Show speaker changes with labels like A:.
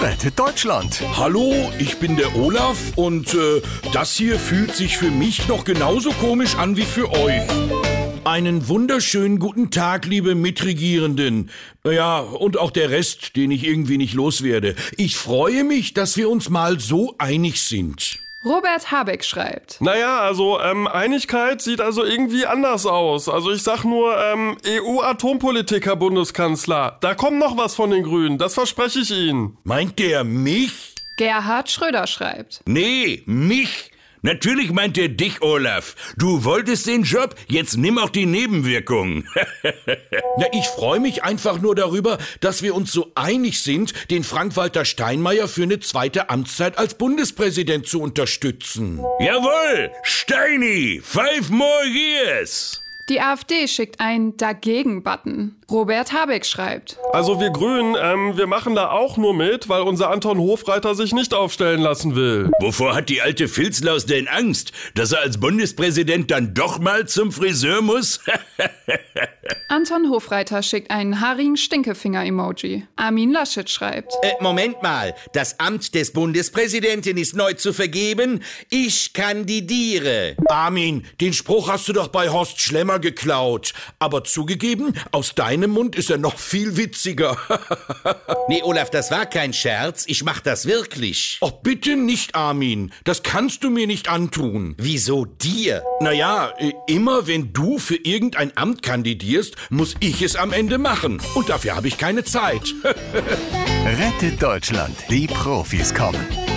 A: rettet Deutschland.
B: Hallo, ich bin der Olaf und äh, das hier fühlt sich für mich noch genauso komisch an wie für euch. Einen wunderschönen guten Tag, liebe Mitregierenden. Ja, und auch der Rest, den ich irgendwie nicht loswerde. Ich freue mich, dass wir uns mal so einig sind.
C: Robert Habeck schreibt.
D: Naja, also ähm, Einigkeit sieht also irgendwie anders aus. Also ich sag nur, ähm, EU-Atompolitiker Bundeskanzler, da kommt noch was von den Grünen, das verspreche ich Ihnen.
B: Meint der mich?
C: Gerhard Schröder schreibt.
B: Nee, mich. Natürlich meint er dich, Olaf. Du wolltest den Job, jetzt nimm auch die Nebenwirkungen. Na, ich freue mich einfach nur darüber, dass wir uns so einig sind, den Frank-Walter Steinmeier für eine zweite Amtszeit als Bundespräsident zu unterstützen. Jawohl, Steini, five more years.
C: Die AfD schickt einen Dagegen-Button. Robert Habeck schreibt.
D: Also wir Grünen, ähm, wir machen da auch nur mit, weil unser Anton Hofreiter sich nicht aufstellen lassen will.
B: Wovor hat die alte Filzlaus denn Angst, dass er als Bundespräsident dann doch mal zum Friseur muss?
C: Anton Hofreiter schickt einen haarigen Stinkefinger-Emoji. Armin Laschet schreibt.
E: Äh, Moment mal, das Amt des Bundespräsidenten ist neu zu vergeben. Ich kandidiere.
B: Armin, den Spruch hast du doch bei Horst Schlemmer geklaut. Aber zugegeben, aus deinem Mund ist er noch viel witziger.
E: Nee, Olaf, das war kein Scherz. Ich mach das wirklich.
B: Och, bitte nicht, Armin. Das kannst du mir nicht antun.
E: Wieso dir?
B: Naja, äh, immer wenn du für irgendein Amt kandidierst, muss ich es am Ende machen. Und dafür habe ich keine Zeit.
A: Rettet Deutschland. Die Profis kommen.